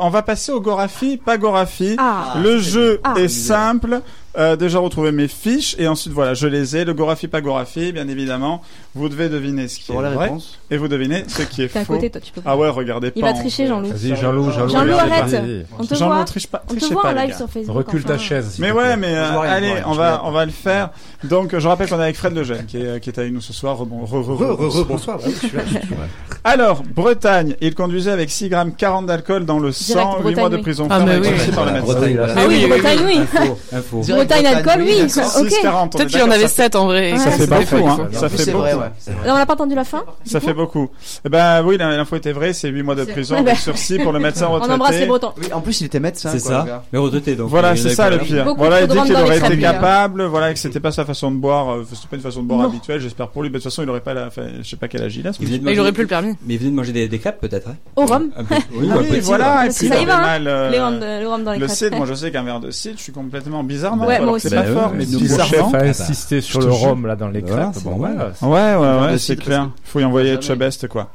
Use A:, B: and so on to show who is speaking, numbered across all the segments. A: On va passer au Gorafi, pas Gorafi.
B: Ah.
A: le jeu
B: bien. Ah.
A: est simple. Euh, déjà retrouver mes fiches et ensuite voilà, je les ai. Le Gorafi, pas Gorafi, bien évidemment. Vous devez deviner ce qui est
C: Pour la
A: vrai
C: réponse.
A: et vous devinez ce qui est
B: T'es à
A: faux.
B: côté, toi, tu peux pas.
A: Ah ouais, regardez
B: Il
A: pas.
B: va tricher, Jean-Loup.
D: Vas-y, Jean-Loup, Jean-Loup.
B: Jean-Loup,
D: regardez,
B: arrête.
D: vas-y.
B: On te
A: Jean-Loup,
B: voit.
A: triche pas.
B: On te
A: trichez
B: voit
A: pas,
B: en
A: les
B: live
A: gars.
B: sur Facebook.
D: Recule ta
B: enfin.
D: chaise. s'il
A: Mais
D: te
A: ouais,
D: plaît.
A: mais
D: Je
A: euh,
D: vois rien, je
A: allez,
D: vois rien,
A: on
D: je
A: va,
D: vois
A: on va le faire. Donc, euh, je rappelle qu'on est avec Fred Lejeune qui est, euh, qui est avec nous ce soir. Rebon, re, re,
C: Re,
A: re,
C: re, re,
A: bonsoir.
C: bonsoir. Oui, je suis là, je suis là.
A: Alors, Bretagne, il conduisait avec 6 grammes 40 d'alcool dans le sang, 8
B: Bretagne,
A: mois de
B: oui.
A: prison
E: Ah,
A: ferme
E: mais
A: et
E: oui.
A: expulsé par le médecin.
C: Bretagne, voilà.
B: Ah oui, Bretagne, oui.
D: Info, info.
C: Direct
B: Bretagne, alcool, oui.
C: d'accord.
B: Ah, ok.
A: 6, 40, on est
E: Peut-être qu'il y en
A: d'accord,
E: avait
A: ça-
E: 7 en vrai.
B: Ouais.
A: Ça fait
E: C'était
A: beaucoup,
E: faux,
A: hein. Ça
C: Oui,
A: fait
C: c'est vrai,
A: beaucoup.
C: ouais, c'est vrai.
B: Alors, on n'a pas entendu la fin
A: Ça fait beaucoup. Eh ben oui, la- l'info était vraie, c'est 8 mois de prison
B: Ouais,
A: avec
B: bah.
A: sursis pour le médecin
B: On embrasse les
A: retraité.
B: Bretons.
C: Oui, en plus, il était médecin.
F: C'est
C: quoi, le
F: ça.
C: gars.
F: Mais redouté donc.
A: Voilà,
F: Il y en
A: c'est
F: a
A: ça
F: qui-
A: le pire.
B: Beaucoup
A: Voilà,
B: trop
A: il dit
B: drôle
A: qu'il
B: dans
A: aurait
B: les
A: été
B: familles, hein.
A: capable, voilà, que c'était pas sa façon de boire, euh, c'était pas une façon de boire
B: Non.
A: habituelle, j'espère pour lui, mais de toute façon, il aurait pas la, enfin, je sais pas quel âge il a, ce
F: Il venait de
E: Mais il
F: manger-
E: aurait plus le permis.
F: Mais il venait de manger des, des crêpes peut-être. hein
B: Au rhum.
F: Un peu- Oui,
A: Ah
F: un
A: oui,
F: petit,
A: voilà, et
B: Parce que
A: puis il
B: ça y
A: avait
B: va, hein.
A: mal, euh,
B: Les rhum de- le rhum dans les
A: le
B: crêpes.
A: cidre, moi je sais qu'un verre de cidre, je suis complètement bizarrement,
B: Ouais,
A: alors
B: moi
A: que
B: aussi.
D: ah
A: c'est pas
F: Bah ouais,
A: fort,
F: ouais,
A: mais
F: c'est
D: Si le
A: bizarrement.
D: chef hein. a
F: bah,
D: insisté sur
F: je
D: le
F: te jure.
D: rhum là dans les
F: Voilà,
D: crêpes,
F: c'est
D: bon
F: normal.
D: voilà.
A: Ouais, ouais, ouais,
C: de
A: c'est
C: cidre,
A: clair. Faut y envoyer
C: Jamais.
A: Chabest, quoi.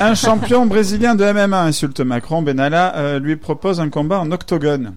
A: Un champion brésilien de MMA insulte Macron. Benalla euh, lui propose un combat en octogone.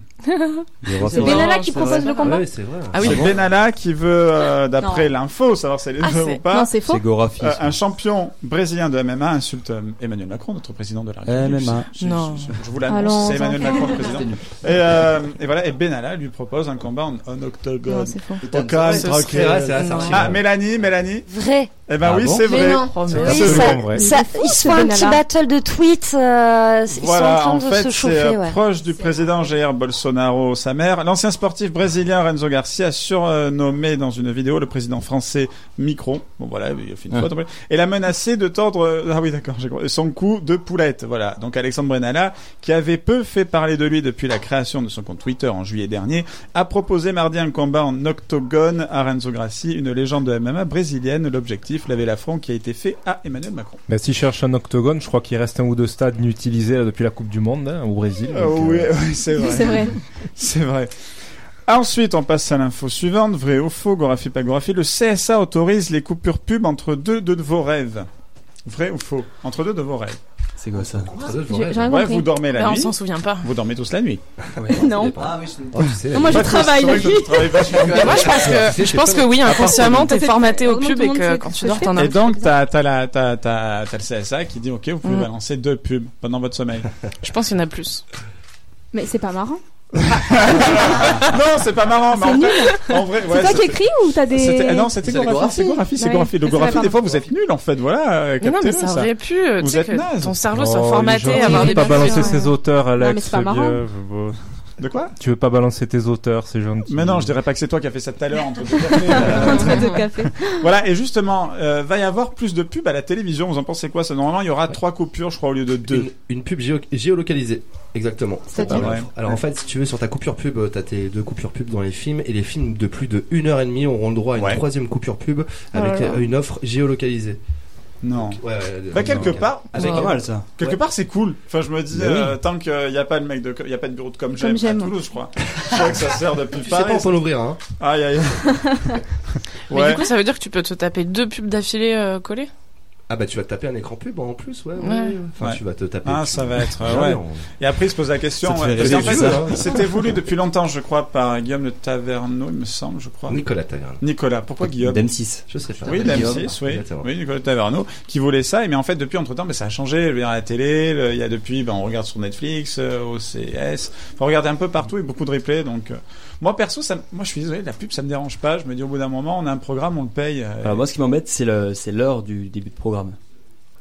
B: C'est Benalla qui propose le combat.
C: Ouais, c'est vrai.
E: Ah oui.
A: c'est Benalla qui veut, euh, d'après
B: Non.
A: l'info, savoir si elle est
E: Ah,
A: vraie
E: c'est-
A: ou
B: Non,
A: pas.
B: c'est
F: C'est
B: faux.
F: Gorafi.
A: euh, un champion brésilien de MMA insulte euh, Emmanuel Macron, notre président de la République.
F: MMA.
A: Je- je-
E: Non.
A: Je, je vous
B: Allons
A: l'annonce, c'est Emmanuel
B: enfants.
A: Macron le président. Et, euh, et voilà, et Benalla lui propose un combat en, en
B: Non,
A: octogone.
B: c'est faux.
C: Putain, c'est vrai, c'est vrai, c'est vrai, c'est vrai.
A: Ah, Mélanie, Mélanie
G: Vrai.
A: Eh ben
D: Ah
A: oui,
D: bon
A: c'est vrai.
G: Mais non.
D: C'est
G: Oui,
D: absolument
G: ça-
D: vrai.
G: ça-
B: Il est fou,
G: ils
B: ce
G: se font un petit
B: Benalla.
G: battle de tweets. euh, ils
A: Voilà,
G: sont en
A: en
G: train de
A: fait, c'est
G: se chauffer.
A: euh,
G: Ouais.
A: proche du président Jair Bolsonaro, sa mère. L'ancien sportif brésilien Renzo Garcia a surnommé dans une vidéo le président français Micron. Bon voilà, il a fait une
F: Ah.
A: faute. en vrai. Et l'a menacé de tordre, euh, ah oui d'accord, j'ai compris. son coup de poulette. Voilà, donc Alexandre Brenala, qui avait peu fait parler de lui depuis la création de son compte Twitter en juillet dernier, a proposé mardi un combat en octogone à Renzo Garcia, une légende de MMA brésilienne. L'objectif, laver l'affront qui a été fait à Emmanuel Macron.
D: Bah, si je cherche un octogone, je crois qu'il reste un ou deux stades inutilisés là, depuis la Coupe du Monde hein, au Brésil.
A: Euh,
D: donc,
A: oui,
D: euh,
A: oui, c'est vrai.
B: C'est vrai.
A: C'est vrai. Ensuite, on passe à l'info suivante, vrai ou faux, Gorafi, pas Gorafi. Le CSA autorise les coupures pub entre deux de vos rêves. Vrai ou faux Entre deux de vos rêves.
F: C'est quoi ça
B: J'ai j'ai rien
A: Ouais, vous
B: compris.
A: dormez la
E: Bah, on
A: nuit.
E: s'en souvient pas.
A: Vous dormez tous la nuit.
B: Non.
C: Ah oui, c'est-
D: oh, tu sais,
B: Non, moi, je
A: Pas tous,
B: travaille la
A: oui,
B: nuit.
A: je travaille pas.
E: Mais moi, je pense que, je pense que oui, inconsciemment, t'es
B: c'est-
E: formaté au
B: Heureusement,
E: pub
B: tout le
E: et
B: monde
E: que
B: sait
E: quand
B: ce
E: tu
B: que
E: dors,
B: je fais.
E: t'en as.
A: Et donc, t'as t'as la- t'as- t'as- t'as le CSA qui dit, ok, vous pouvez
E: Mm.
A: balancer deux pubs pendant votre sommeil.
E: Je pense qu'il y en a plus.
B: Mais c'est pas marrant.
A: non, c'est pas marrant, mais
B: C'est
A: en
B: nul.
A: fait, en vrai, ouais,
B: C'est toi qui
A: c'était-
B: écris ou t'as
A: c'était- ah
B: des.
A: non, c'était
C: C'est la
A: Gorafi, c'est
C: Gorafi.
A: Gorafi, c'est
B: Ouais.
A: Gorafi. Le
B: Ah, c'est
A: Gorafi,
B: vrai,
A: des fois, vous êtes nuls, en fait, voilà. euh,
E: Mais non, mais
A: captez-le,
E: ça
A: ça.
E: aurait pu, euh, tu
A: Vous
E: sais
A: êtes
E: que
A: naze.
E: ton cerveau soit
D: Oh, les
E: formaté,
D: gens,
E: avoir
D: tu
E: des
D: veux pas
E: belles
D: balancer
E: choses.
D: ses auteurs, Alex.
B: hein. mais c'est pas
D: c'est
B: marrant.
D: bien. Bon.
A: De quoi
D: Tu veux pas balancer tes auteurs, c'est gentil.
A: Mais non, je dirais pas que c'est toi qui as fait ça tout à l'heure entre deux cafés, euh,
B: Un trait de café.
A: Voilà, et justement, euh, va y avoir plus de pubs à la télévision. Vous en pensez quoi ça Normalement, il y aura trois coupures, je crois, au lieu de deux. Ah
H: Une, une pub géo- géolocalisée. Exactement.
B: C'est-à-dire
H: Alors,
A: Ouais.
H: alors en fait, si tu veux, sur ta coupure pub, euh, t'as tes deux coupures pub dans les films, et les films de plus de 1 heure et demie auront le droit à une
A: Ouais.
H: troisième coupure pub
B: Oh
H: avec
B: là là.
H: euh, une offre géolocalisée.
A: Non.
H: Ouais, ouais,
A: Bah,
H: ouais,
A: quelque
H: ouais.
A: part,
F: Ah, c'est
E: Ouais.
F: pas mal ça.
A: quelque
H: Ouais.
A: part, c'est cool. Enfin, je me dis,
H: Mais oui.
A: euh, tant qu'il n'y a pas le mec de, il y a pas de bureau de comme j'aime à
B: j'aime.
A: Toulouse, je crois. je crois que ça sert depuis
H: Tu sais pas
A: Paris.
H: où faut l'ouvrir, hein.
A: Aïe, aïe.
E: Mais
A: ouais.
E: du coup, ça veut dire que tu peux te taper deux pubs d'affilée euh, collées
H: Ah bah tu vas te taper un écran pub hein, en plus, ouais.
E: Ouais.
H: ouais, ouais. Enfin,
A: Ouais.
H: tu vas te taper.
A: Ah,
H: tu-
A: ça va être, euh,
H: Jamais,
A: ouais.
H: on-
A: Et après, il se pose la question.
F: Ça te
A: ouais,
F: fait
A: parce qu'en
F: rêver,
A: fait,
H: tu
A: ça-
H: vois.
A: c'était voulu depuis longtemps, je crois, par Guillaume le Taverneau, il me semble, je crois.
H: Nicolas Taverne.
A: Nicolas. Pourquoi Guillaume
F: D'M6.
H: Je sais pas.
A: Oui,
H: Guillaume.
A: l'M6, oui.
H: Exactement.
A: Oui, Nicolas Taverneau, qui voulait ça. Et mais en fait, depuis, entre-temps, ben, ça a changé. Je veux dire, à la télé, le- il y a depuis, ben, on regarde sur Netflix, euh, OCS. Enfin, on regarde un peu partout et beaucoup de replays. Donc, euh, moi, perso, ça, me- moi, je suis désolé, la pub, ça me dérange pas. Je me dis, au bout d'un moment, on a un programme, on le paye. euh,
F: Alors Ah, moi ce qui m'embête c'est le c'est l'heure du début de programme.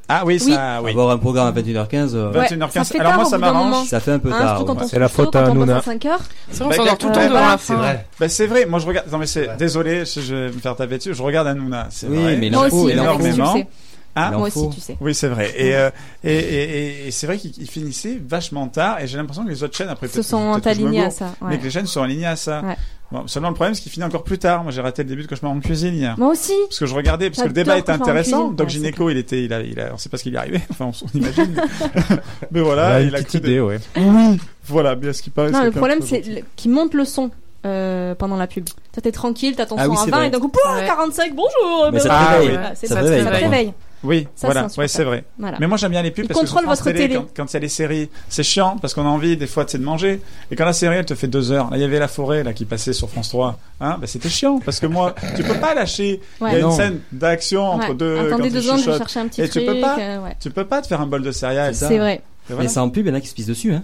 A: ah oui,
B: Oui.
A: ça, oui.
F: Avoir un programme à 21h15 euh,
B: Ouais,
A: 21h15.
B: ça fait
A: Alors, moi,
B: tard au
A: ça
B: bout d'un
A: m'arrange.
B: moment.
F: ça fait un peu
B: Hein,
F: tard.
B: surtout quand
F: ouais.
B: on
D: C'est la
B: se couche
D: faute
B: tôt,
D: à
B: quand on
D: Hanouna.
B: passe à 5 heures.
E: C'est
A: Bah,
E: vrai, on s'endort tout le
B: euh,
E: temps devant
B: voilà,
E: la
H: C'est
E: fin.
H: vrai.
A: Ben, c'est vrai. Moi, je regarde, non, mais c'est,
H: Ouais.
A: désolé, je, je vais me faire taper dessus. Je regarde Hanouna. C'est
F: Oui,
A: vrai.
F: mais
A: Je
B: Moi
F: l'info,
B: aussi,
F: énormément.
B: Alex, tu le sais.
A: Ah,
B: Moi
F: L'info.
B: aussi, tu sais.
A: Oui, c'est vrai. Et, euh, et, et, et- et c'est vrai qu'il il finissait vachement tard. Et j'ai l'impression que les autres chaînes, après,
B: Se
A: peut-être-
B: sont
A: peut-être que je me
B: alignés à
A: gourre,
B: ça.
A: Mais
B: ouais.
A: que les chaînes sont alignées à ça.
B: Ouais.
A: Bon, seulement le problème, c'est qu'il finit encore plus tard. Moi, j'ai raté le début de Cauchemar en cuisine hier.
B: Moi aussi.
A: Parce que je regardais, parce que le
B: J'adore
A: débat était
B: Cauchemar en
A: intéressant.
B: cuisine.
A: Doc
B: Ouais, c'est
A: Gineco, il était, il a, il a, on sait pas ce qu'il est arrivé. Enfin, on, s- on imagine. mais voilà,
D: Voilà, une
A: il a
D: petite
A: cru. des-
D: idée, ouais.
A: Oui, voilà, bien ce qui paraît.
B: Non,
A: c'était
B: le
A: un
B: problème,
A: peu
B: c'est
A: gentil.
B: le- qu'ils montent le son euh, pendant la pub. Toi, t'es tranquille, t'as ton
F: Ah
B: son
F: oui,
B: à
F: c'est
B: 20
F: vrai.
B: et d'un coup, pouah,
E: Ouais.
B: 45, bonjour.
F: Mais ça te
B: Ah,
F: réveille.
B: ouais, c'est
F: Ça
B: ça,
F: te réveille,
B: ça te
F: vraiment.
B: réveille.
A: Oui,
B: Ça,
A: voilà,
B: c'est
A: ouais, c'est vrai.
B: Voilà.
A: Mais moi j'aime bien les pubs
B: Ils
A: parce que sur
B: contrôlent
A: France
B: votre
A: Télé,
B: télé.
A: quand- quand il y a les séries, c'est chiant parce qu'on a envie des fois tu sais, de manger. Et quand la série elle te fait deux heures, là il y avait La Forêt là qui passait sur France 3, hein, bah, c'était chiant parce que moi tu peux pas lâcher. Il y a
B: Ouais.
A: une
D: Non.
A: scène d'action entre
B: Ouais.
A: deux quand
B: Attendez
A: ils
B: deux secondes, je vais
A: chuchotent.
B: chercher un petit
A: Et tu
B: truc.
A: peux pas
B: euh, ouais.
A: Tu peux pas te faire un bol de céréales.
F: C'est ça.
B: C'est vrai.
A: Et
F: Mais
A: voilà.
F: ça en pub, il y en a qui se pissent dessus, hein.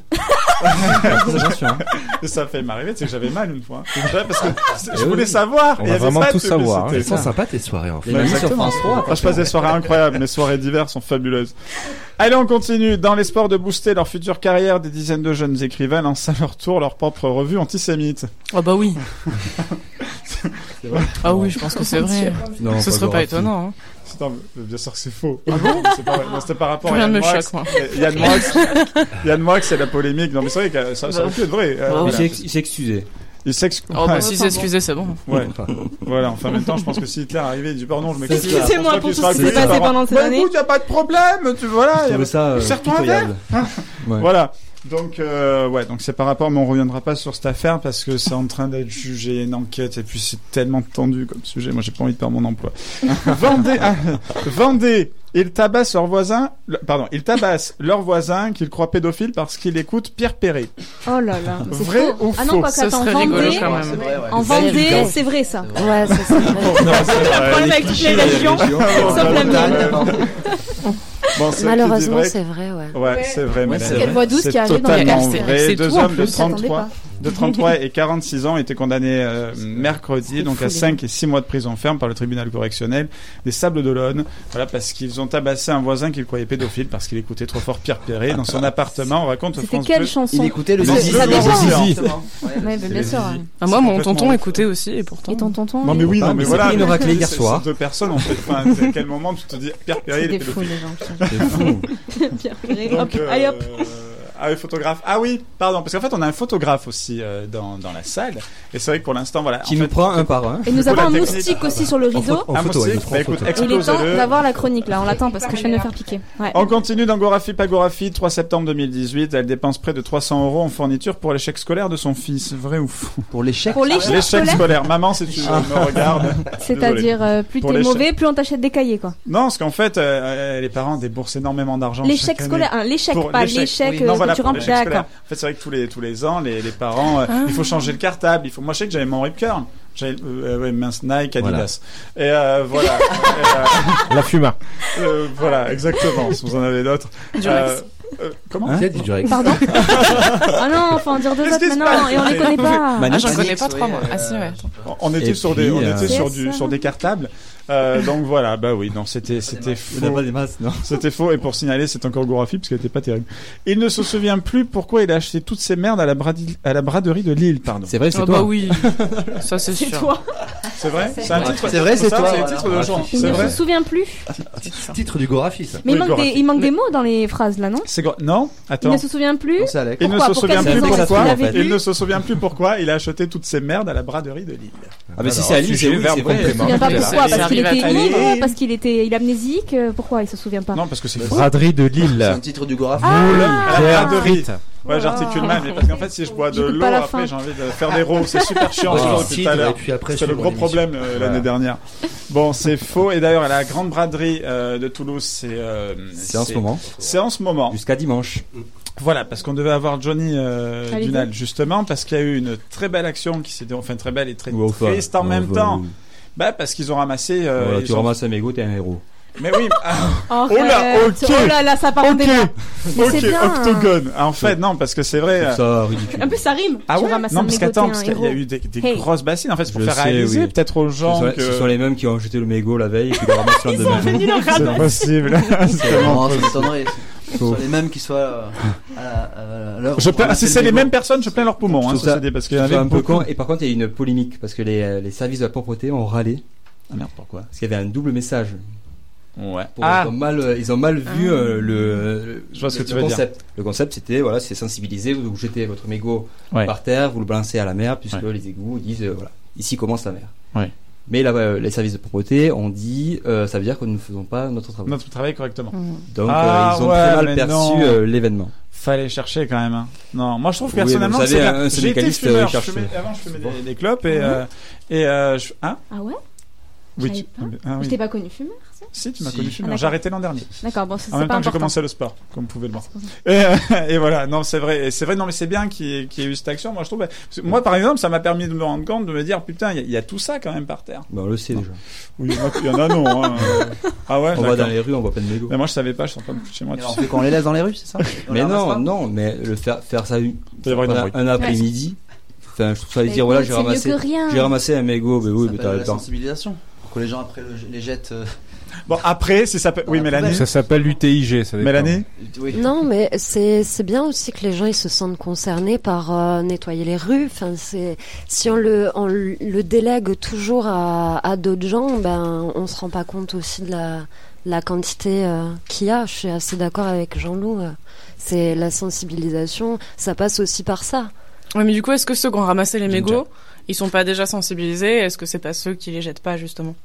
F: Faites attention, hein.
A: Ça fait m'arriver, tu sais que j'avais mal une fois. Ouais, parce que
F: Eh
A: je
F: oui.
A: voulais savoir. et
D: On va
A: il y avait
D: vraiment
A: pas de
D: tout savoir,
A: publicité.
F: hein,
H: Elles sont sympas tes soirées hein. en fait.
F: Les mamies sur
A: Exactement.
F: France 3.
A: Ah, je passe des soirées incroyables, mes soirées d'hiver sont fabuleuses. Allez, on continue. Dans l'espoir de booster leur future carrière, des dizaines de jeunes écrivains lancent à leur tour leur propre revue antisémite.
E: Ah bah oui.
F: C'est vrai.
E: Ah oui, je pense que c'est vrai.
F: Non,
E: Ce serait pas
F: Gorafi.
E: étonnant. Hein.
A: C'est un- Bien sûr que c'est faux. C'est pas vrai. Non, C'était par rapport
E: Plus
A: à
E: Ah
A: Yann
E: rien ne me
A: Moix.
E: choque, moi.
A: Yann Moix, Yann Moix, c'est la polémique. Non, mais c'est vrai que ça, ça aurait pu être vrai. Euh,
E: Bah,
F: Il
A: voilà. Ah,
F: s'est ex- il s'est excusé.
A: Il s'excuse.
E: Oh bah si
B: Ouais.
E: c'est excusé, c'est bon.
A: Ouais. voilà, enfin, en même temps, je pense que si Hitler arrivait, il dit Pardon, je m'excuse.
B: Excusez-moi
A: Pense pas
B: pour
A: qu'il
B: tout
A: sera
B: ce qui s'est
A: accusé
B: passé
A: par-
B: pendant ces
A: Bah,
B: années.
A: écoute, y a pas de problème, tu vois.
F: Je
A: y a-
F: trouvais ça euh,
A: Serre-toi un
F: pitoyable. Ouais.
A: Voilà. Donc euh, ouais, donc c'est par rapport, mais on reviendra pas sur cette affaire parce que c'est en train d'être jugé, une enquête, et puis c'est tellement tendu comme sujet. Moi, j'ai pas envie de perdre mon emploi. Vendez, ah, vendez. Ils tabassent leur voisin, le- pardon, ils tabassent leur voisin qu'ils croient pédophile parce qu'il écoute Pierre Perret.
B: Oh là là. mais c'est
A: Vrai
B: faux.
A: ou
B: Ah
A: faux
B: non, quoi
E: Ce
B: qu'attends,
E: serait
B: en
E: rigolo
B: Vendée,
E: quand même.
B: en
G: C'est
B: Vendée,
G: évident.
B: c'est vrai ça.
G: Ouais, ça, c'est vrai.
B: problème avec toutes les régions, sauf la mienne.
A: Bon, c'est
G: Malheureusement,
A: vrai.
G: c'est vrai, ouais.
A: Ouais, c'est vrai.
F: Ouais,
A: Mélanie.
F: c'est
I: Quelle voix douce
A: C'est
I: qui arrive dans la
A: totalement
E: carte.
A: vrai.
E: C'est
A: Deux
E: tout, en
A: hommes de
E: plus,
B: j'y attendais
A: 33, de 33 et 46 ans étaient condamnés euh, mercredi donc à 5 et 6 mois de prison ferme par le tribunal correctionnel des Sables d'Olonne. Voilà parce qu'ils ont tabassé un voisin qu'ils croyaient pédophile parce qu'il écoutait trop fort Pierre Perret dans son appartement. On raconte
B: C'était
A: France
B: quelle
A: Bleu.
B: chanson
C: Il écoutait le
A: Non,
C: zizi.
A: c'est
B: ça
A: le
B: dépend.
A: zizi.
B: Ouais, bah, bien sûr. ouais.
E: Ah, moi, mon
A: complètement
E: tonton
A: vrai.
E: écoutait aussi, et pourtant.
B: Et ton tonton
A: Non mais oui, non mais
F: Mais
A: voilà.
F: c'est pris une raclée hier
A: Ces-
F: soir.
A: Ces deux personnes en fait. Enfin, à quel moment tu te dis Pierre Perret
B: C'est
A: il est
B: des fous
A: pédophile
B: les gens.
F: C'est fou.
B: Pierre Perret,
A: Donc,
B: hop,
A: euh,
B: allez hop.
A: Ah oui, photographe. Ah oui, pardon, parce qu'en fait, on a un photographe aussi euh, dans, dans la salle. Et c'est vrai que pour l'instant, voilà.
F: Qui
A: en
F: nous
A: fait,
F: prend un par un.
B: Et nous
A: coup,
B: avons
A: la
B: un
A: technique-
B: moustique aussi sur le
H: En
B: rideau.
H: photo, en
A: Ah,
H: photo,
A: moi aussi.
H: elle nous prend
A: Bah,
H: en
A: écoute,
H: photo.
A: ex-
B: Il est temps
A: Explosez-le.
B: d'avoir la chronique là, on l'attend parce que je viens de me faire piquer. Ouais.
A: On continue dans Gorafi Pagorafi, 3 septembre 2018. Elle dépense près de 300 euros en fourniture pour l'échec scolaire de son fils. Vrai ou faux
F: Pour l'échec.
B: Pour l'échec
A: L'échec
B: scolaire,
A: scolaire. Maman, si tu
H: Ah.
A: me regardes.
B: c'est-à-dire euh, plus
A: Pour
B: t'es
A: l'échec.
B: mauvais, plus on t'achète des cahiers quoi.
A: Non, parce qu'en fait, euh, euh, les parents déboursent énormément d'argent.
B: L'échec
A: chaque année.
B: scolaire, hein, l'échec,
A: Pour
B: pas l'échec
A: oui.
B: euh,
A: Non,
B: que
A: voilà,
B: tu
A: pour
B: rentres. Ah.
A: l'échec scolaire.
B: D'accord.
A: En fait, c'est vrai que tous les, tous les ans, les, les parents, euh, il faut changer le cartable. Il faut... Moi, je sais que j'avais mon Ripcurl. J'avais euh, euh, ouais, mince, Nike, Adidas. Et euh, voilà. Et,
D: La fuma.
A: euh, euh, voilà, exactement. Si vous en avez d'autres.
E: Durex.
A: euh, comment
H: Il y a du direct.
B: Pardon Ah non, faut en dire deux
A: Qu'est-ce
B: autres
A: qui se
B: maintenant
A: passe
B: et on les connaît pas.
E: Ah,
F: Manix.
E: j'en connais
F: Manix,
E: pas trois,
F: oui,
E: moi.
F: euh,
E: Ah, si, ouais.
A: On était
F: Et
A: sur
F: puis,
A: des, on
F: euh,
A: était sur
B: C'est
A: du,
B: ça.
A: sur des cartables. Euh, donc voilà, bah oui, non, c'était, c'était
F: Il n'y a
A: faux.
F: pas des masses, non
A: C'était faux. Et pour signaler, c'est encore Gorafi parce qu'elle était pas terrible. Il ne se souvient plus pourquoi il a acheté toutes ces merdes à la, bradi- à la braderie de Lille, pardon.
F: C'est vrai, c'est
E: Ah
F: toi.
E: bah oui. Ça, c'est sûr.
A: C'est vrai? C'est un titre.
C: C'est vrai, c'est
A: ça,
C: toi.
A: C'est le
C: voilà.
A: titre de genre.
B: Il
A: C'est
B: ne
A: vrai?
B: se souvient plus.
H: Titre du Gorafi ça.
B: Mais
A: Oui,
B: il manque, des,
A: Gorafi.
B: il manque des mots dans les phrases là, non
A: C'est gros- Non,
B: Il
A: attends.
B: ne se souvient plus.
C: Non, c'est Alex.
A: Il ne
B: Pourquoi
A: se
B: Pour
A: souvient
B: quelle
A: plus
B: raison
A: pourquoi.
B: Il avait
A: Il
B: lu
A: ne se souvient plus pourquoi il a acheté toutes ces merdes à la braderie de Lille.
F: Ah bah si c'est à lui, c'est
D: sujet,
F: oui,
D: verbe,
F: c'est vrai.
D: complément.
B: Il ne se souvient pas pourquoi
E: Voilà. Ça
B: Parce qu'il
E: arrive à
B: était
E: traîner.
B: ivre, parce qu'il était il est amnésique. euh, Pourquoi il se souvient pas
A: Non, parce que c'est faux.
D: Braderie de
C: C'est un
D: Lille.
C: titre du Gorafi.
A: À la braderie. Ouais,
B: Wow.
A: j'articule mal, mais parce qu'en fait, si je bois de
B: J'écoute
A: l'eau,
B: pas la
A: après,
B: fin.
A: j'ai envie de faire des rots. C'est super chiant,
H: Ouais,
A: ce genre
H: titre,
A: depuis tout à
H: et
A: l'heure.
H: puis après
A: C'était le
H: suivre
A: gros
H: l'émission.
A: problème euh, l'année
C: Voilà.
A: dernière. Bon, c'est faux. Et d'ailleurs, la grande braderie euh, de Toulouse, c'est euh,
F: C'est en ce moment.
A: C'est en ce moment.
F: Jusqu'à dimanche.
A: Voilà, parce qu'on devait avoir Johnny euh,
B: Hallyday.
A: Dunal justement, parce qu'il y a eu une très belle action qui s'est dé- enfin très belle et très
F: Ou enfin,
A: triste en
F: ou
A: même
F: enfin,
A: temps.
F: ou-
A: Bah parce qu'ils ont ramassé. euh,
F: Voilà,
A: ils
F: tu
A: ont-
F: ramasses un mégot, t'es un héros.
A: Mais oui. ah,
B: Oh
A: là, ok.
B: Oh là là, ça part en
A: ok.
B: délire. Mais
A: Ok.
B: c'est bien.
A: Octogone. Ah, en fait, non, parce que c'est
F: Je
A: vrai.
F: trouve
A: euh,
F: ça ridicule.
B: En plus, ça rime.
A: Ah
B: Tu
A: ouais.
B: ramasses
A: Non,
B: un
A: parce
B: mégot, t'es
A: qu'attends,
B: un
A: parce qu'il y a
B: héros.
A: eu des, des
B: Hey.
A: grosses bassines. En fait, pour
F: Je
A: faire
F: sais,
A: réaliser
F: oui.
A: peut-être aux
F: Ce
A: gens
F: sont,
A: que.
F: ce sont les mêmes qui ont jeté le mégot la veille et qui le ramassent le lendemain.
A: C'est possible. C'est vraiment
C: Non, ça m'étonnerait. Ce
F: Faux.
C: sont les mêmes qui soient euh, à la- à l'heure.
A: Je
C: où on
A: plains-
C: a
A: si
C: fait
A: c'est
C: le
A: les
C: mémo.
A: mêmes personnes, je plains leur poumon,
F: Je
A: hein,
F: trouve
A: ça
F: ça-
A: c'est parce qu'il
F: C'est
A: y avait
F: un peu
A: beaucoup-
F: con. Et par contre, il y a eu une polémique parce que les, les services de la propreté ont râlé. Ah merde, pourquoi Parce qu'il y avait un double message.
A: Ouais.
F: Pour-
A: Ah,
F: ils, ont mal, euh, ils ont mal vu euh, le,
A: Je vois ce
F: le-
A: que tu
F: le
A: veux dire.
F: concept. Le concept, c'était voilà, c'est sensibiliser, vous vous jetez votre mégot
A: Ouais.
F: par terre, vous le balancez à la mer, puisque les égouts disent euh, voilà, ici commence la mer.
A: Ouais.
F: Mais là, euh, les services de propreté ont dit euh, ça veut dire que nous ne faisons pas notre travail.
A: notre travail correctement.
F: Donc
A: Ah,
F: euh, ils ont
A: ouais,
F: très
A: mais
F: mal perçu
A: non.
F: euh, l'événement.
A: Fallait chercher quand même. hein. Non, moi je trouve
F: Oui,
A: personnellement
F: vous
A: que
F: savez,
A: c'est bien.
F: un- un
A: J'ai été
F: syndicaliste,
A: fumeur,
F: euh, cherche-
A: je fumais- avant je fumais
F: Bon.
A: des, des clopes et euh, et euh, je- hein
B: Ah ouais
A: Oui,
B: savais
A: tu-
B: pas.
A: ah oui.
B: Je t'ai pas connu fumeur.
A: Si, tu m'as
F: Si.
A: connu
F: Ah,
A: fumeur.
B: d'accord.
A: J'ai arrêté l'an dernier.
B: D'accord, bon, c'est
A: En
B: c'est
A: même
B: pas
A: temps que j'ai
B: important.
A: commencé le sport, comme vous pouvez le voir.
B: C'est pour ça.
A: Et, euh, et voilà, non, c'est vrai, et c'est vrai, non, mais c'est bien qu'il y, ait- qu'il y ait eu cette action. Moi, je trouve, parce que moi, par exemple, ça m'a permis de me rendre compte, de me dire, putain, il y a- il y, a tout ça quand même par terre.
F: Bah, on le sait déjà.
A: Oui, il y en a, il y en a, non. hein. Ah ouais,
F: On va dans
A: Ah, d'accord.
F: les rues, on voit plein de mégots.
A: Mais moi, je savais pas, je sors pas de chez moi.
C: Mais
A: tu
C: alors,
A: sais.
C: on fait qu'on les laisse dans les rues, c'est ça On les
F: Mais
C: ramasse
F: non,
C: pas
F: non, mais le faire, faire ça une-
A: Il doit y avoir une
F: un,
A: embrouille.
F: un après-midi, enfin, je trouve ça, dire, voilà, j'ai
B: c'est mieux
F: ramassé,
B: que rien.
F: j'ai ramassé un mégot, mais oui,
C: Ça s'appelle
F: mais t'as
C: la
F: le temps.
C: sensibilisation. Pour que les gens après le- les jettent. euh,
A: Bon, après, si ça peut... Oui,
C: Dans la
A: Mélanie.
D: Ça s'appelle l'UTIG, ça dépend.
A: Mélanie
C: oui.
G: Non, mais c'est c'est bien aussi que les gens ils se sentent concernés par euh, nettoyer les rues. Enfin, c'est si on le on le délègue toujours à, à d'autres gens, ben on se rend pas compte aussi de la de la quantité euh, qu'il y a. Je suis assez d'accord avec Jean-Loup. euh. C'est la sensibilisation, ça passe aussi par ça.
E: Ouais, mais du coup, est-ce que ceux qui ont ramassé les
A: Ginger.
E: mégots, ils sont pas déjà sensibilisés Est-ce que c'est pas ceux qui les jettent pas justement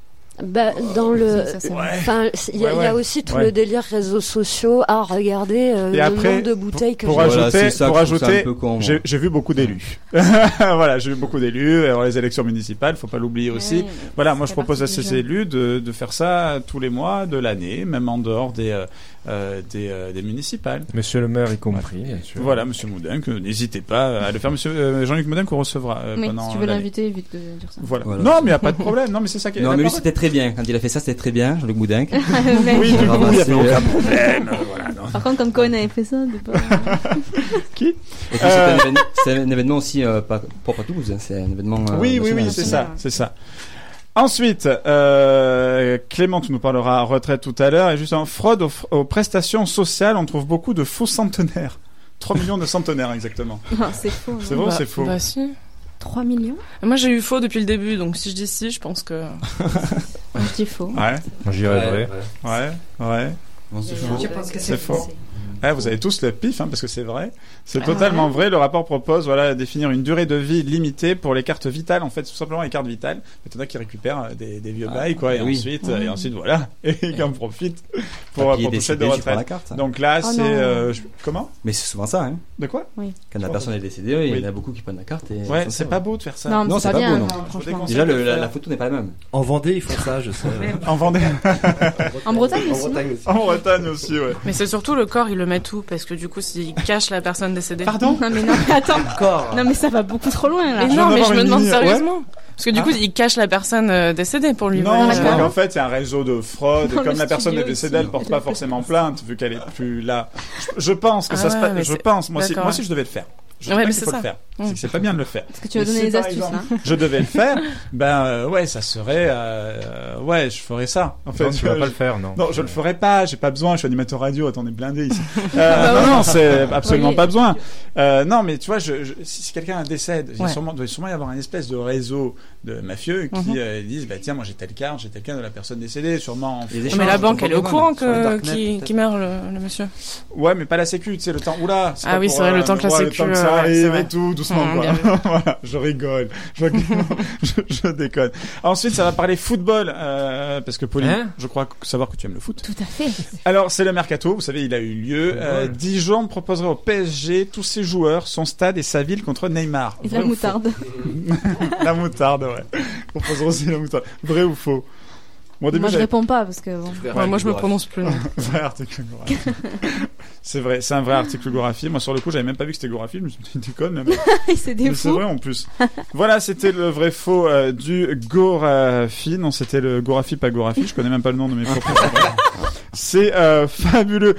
G: Ben, dans le
B: Ça, ça, ça.
G: Enfin, il y, a-
A: Ouais,
G: il y a
A: ouais.
G: aussi tout
A: Ouais.
G: le délire réseaux sociaux. Ah, regardez euh,
A: Et
G: le
A: après,
G: nombre de bouteilles que
A: pour
G: j'ai.
A: ajouter-
F: Voilà, c'est ça que
A: pour
F: je trouve ça
A: ajouter,
F: un peu con, moi.
A: J'ai j'ai vu beaucoup d'élus. voilà, j'ai vu beaucoup d'élus. Alors les élections municipales, faut pas l'oublier aussi.
B: Ouais, ouais.
A: Voilà,
B: Ça
A: moi je
B: fait
A: propose à
B: partie du
A: ces
B: jeu.
A: élus de, de faire ça tous les mois de l'année, même en dehors des, euh, euh, des, euh, des municipales.
D: Monsieur le maire y compris, bien sûr.
A: Voilà, Monsieur Moudin, que n'hésitez pas à le faire. Monsieur euh, Jean-Luc Moudin qu'on recevra euh,
B: Oui,
A: pendant
B: si tu veux
A: l'année.
B: l'inviter, évite de dire ça.
A: Voilà.
F: Voilà.
A: Non, mais il n'y a pas de problème. Non, mais c'est ça qui est.
F: Non, mais
A: la
F: lui,
A: parole.
F: c'était très bien. Quand il a fait ça, c'était très bien, Jean-Luc Boudin.
B: Mais-
A: Oui, du coup, il n'y a
F: Ramasser,
A: pas aucun
F: euh,
A: problème. euh, voilà, non.
B: Par contre, comme Cohen avait fait ça, de pas...
F: Et puis, c'est
A: Euh,
F: un évén- c'est un événement aussi, euh, pas propre à Toulouse, hein, c'est un événement. euh,
A: Oui, oui,
F: national.
A: oui, c'est ça, c'est ça. Ensuite, euh, Clément, tu nous parleras retraite tout à l'heure. Et juste en fraude aux, fr- aux prestations sociales, on trouve beaucoup de faux centenaires. 3 millions de centenaires exactement.
B: Non, c'est faux.
A: C'est vrai ou
E: Bah-
A: c'est faux
E: Bah si.
B: 3 millions
E: Moi, j'ai eu faux depuis le début, donc si je dis si, je pense que.
B: Moi, Je dis faux.
A: Ouais,
D: Moi, J'y rêverais.
A: ouais, ouais.
F: On se fout.
A: C'est faux. Ah, vous avez tous le pif, hein, parce que c'est vrai. C'est
E: Ah
A: totalement vrai. Le rapport propose, voilà, définir une durée de vie limitée pour les cartes vitales. En fait, tout simplement les cartes vitales. Mais t'en as qui récupèrent euh, des, des vieux
F: Ah,
A: bails, quoi. Et
F: oui.
A: ensuite, euh, et ensuite, voilà. Et qui en profitent
F: T'as
A: pour,
F: payé
A: pour
F: des
A: toucher de
F: CD, tu prends
A: retraite.
F: la carte. hein.
A: Donc là,
B: Oh
A: c'est
B: non.
A: euh, je- comment
F: Mais c'est souvent ça, hein.
A: De quoi
F: Quand la
A: Trois
F: personne est décédée, il
A: Oui.
F: y en a beaucoup qui prennent la carte. Et
A: Ouais,
F: ça,
A: c'est
F: ça.
A: pas beau de faire ça.
B: Non, mais
F: Non,
B: c'est pas
F: c'est pas
B: bien,
F: beau, non.
B: enfin, franchement.
A: déconseille.
F: Déjà, le- la, la photo n'est pas la même.
H: En Vendée, ils font ça, je sais.
A: En Vendée,
B: En Bretagne
H: En
B: aussi, hein.
H: Bretagne aussi.
A: en Bretagne aussi, ouais.
E: Mais c'est surtout le corps, il le met tout, parce que du coup, s'il cache la personne décédée.
A: Pardon
B: Non, mais non, mais attends.
F: Encore.
B: Non, mais ça va beaucoup trop loin, là.
E: Mais
A: Je viens
E: non, mais
A: d'avoir
E: je me
A: une
E: demande
A: ligne,
E: sérieusement. Parce que du
A: Ah.
E: coup, il cache la personne euh, décédée pour lui.
A: Non,
E: voler
A: je
E: la
A: crois
E: carte.
A: qu'en fait, il y a un réseau de fraude. Et
B: Dans
A: comme
B: le
A: la personne est
B: studio
A: décédée, elle
B: aussi.
A: porte pas forcément plainte, vu qu'elle est plus là. Je- Je pense que
E: Ah
A: ça se
E: ouais,
A: passe.
E: mais
A: Je
E: c'est-
A: pense. Moi si,
E: D'accord.
A: moi, si je devais le faire. Je dis
E: Ouais,
A: pas
E: mais
A: qu'il
E: c'est
A: faut le
E: ça.
A: faire.
E: Mm.
A: C'est que c'est pas bien de le faire.
B: Parce que tu vas
A: Mais
B: donner
A: si,
B: les
A: par
B: astuces,
A: exemple,
B: là.
A: Je devais le faire. Ben euh, ouais, ça serait. euh, ouais, je ferais ça. En fait,
D: Non, tu vas
A: je-
D: pas le faire, non.
A: Non, je le ferai pas, j'ai pas besoin, je suis animateur radio, attendez, blindé ici. Euh, non, non, c'est absolument
B: Oui.
A: pas besoin. Euh, non, mais tu vois, je, je- si, si quelqu'un décède, il
E: Ouais.
A: y a sûrement, doit sûrement y avoir un espèce de réseau de mafieux qui
E: Mhm.
A: euh, disent, bah tiens, moi j'ai telle carte, j'ai telle carte de la personne décédée, sûrement. en-
F: Les
E: Non, mais la
F: échanges,
E: banque, elle est au
F: Pokémon,
E: courant
F: sur le
E: que,
F: Darknet,
E: qui,
F: peut-être.
E: qui meurt le, le monsieur.
A: Ouais, mais pas la sécu, tu sais, le temps. Oula
E: Ah
A: pas
E: oui,
A: pour,
E: c'est vrai, le
A: euh,
E: temps que la
A: ouais,
E: sécu,
A: Le temps que
E: euh,
A: ça
E: ouais, c'est
A: arrive
E: vrai.
A: et tout, doucement,
E: Mmh,
A: quoi.
E: bien vu.
A: voilà, je rigole. Je, je- je déconne. Ensuite, ça va parler football, euh, parce que Pauline,
D: Hein
A: je crois que- savoir que tu aimes le foot.
B: Tout à fait.
A: Alors, c'est le mercato, vous savez, il a eu lieu. Euh, Dijon proposerait au PSG tous ses joueurs, son stade et sa ville contre Neymar.
B: Et de
A: Vrai
B: la
A: ou faux
B: moutarde.
A: la moutarde, ouais. Ils proposeront aussi la moutarde. Vrai ou faux Bon, au début,
B: Moi, je
A: j'avais-
B: réponds pas, parce que bon.
E: Ouais, moi, je me prononce plus. non.
A: vrai article Gorafi. c'est vrai, c'est un vrai article Gorafi. Moi, sur le coup, j'avais même pas vu que c'était Gorafi. Je me suis dit, déconne, le mec.
B: c'est
A: Mais
B: des
A: c'est
B: fous.
A: vrai en plus. voilà, c'était le vrai faux euh, du Gorafi. Non, c'était le Gorafi, pas Gorafi. Je connais même pas le nom de mes propres. c'est euh, fabuleux.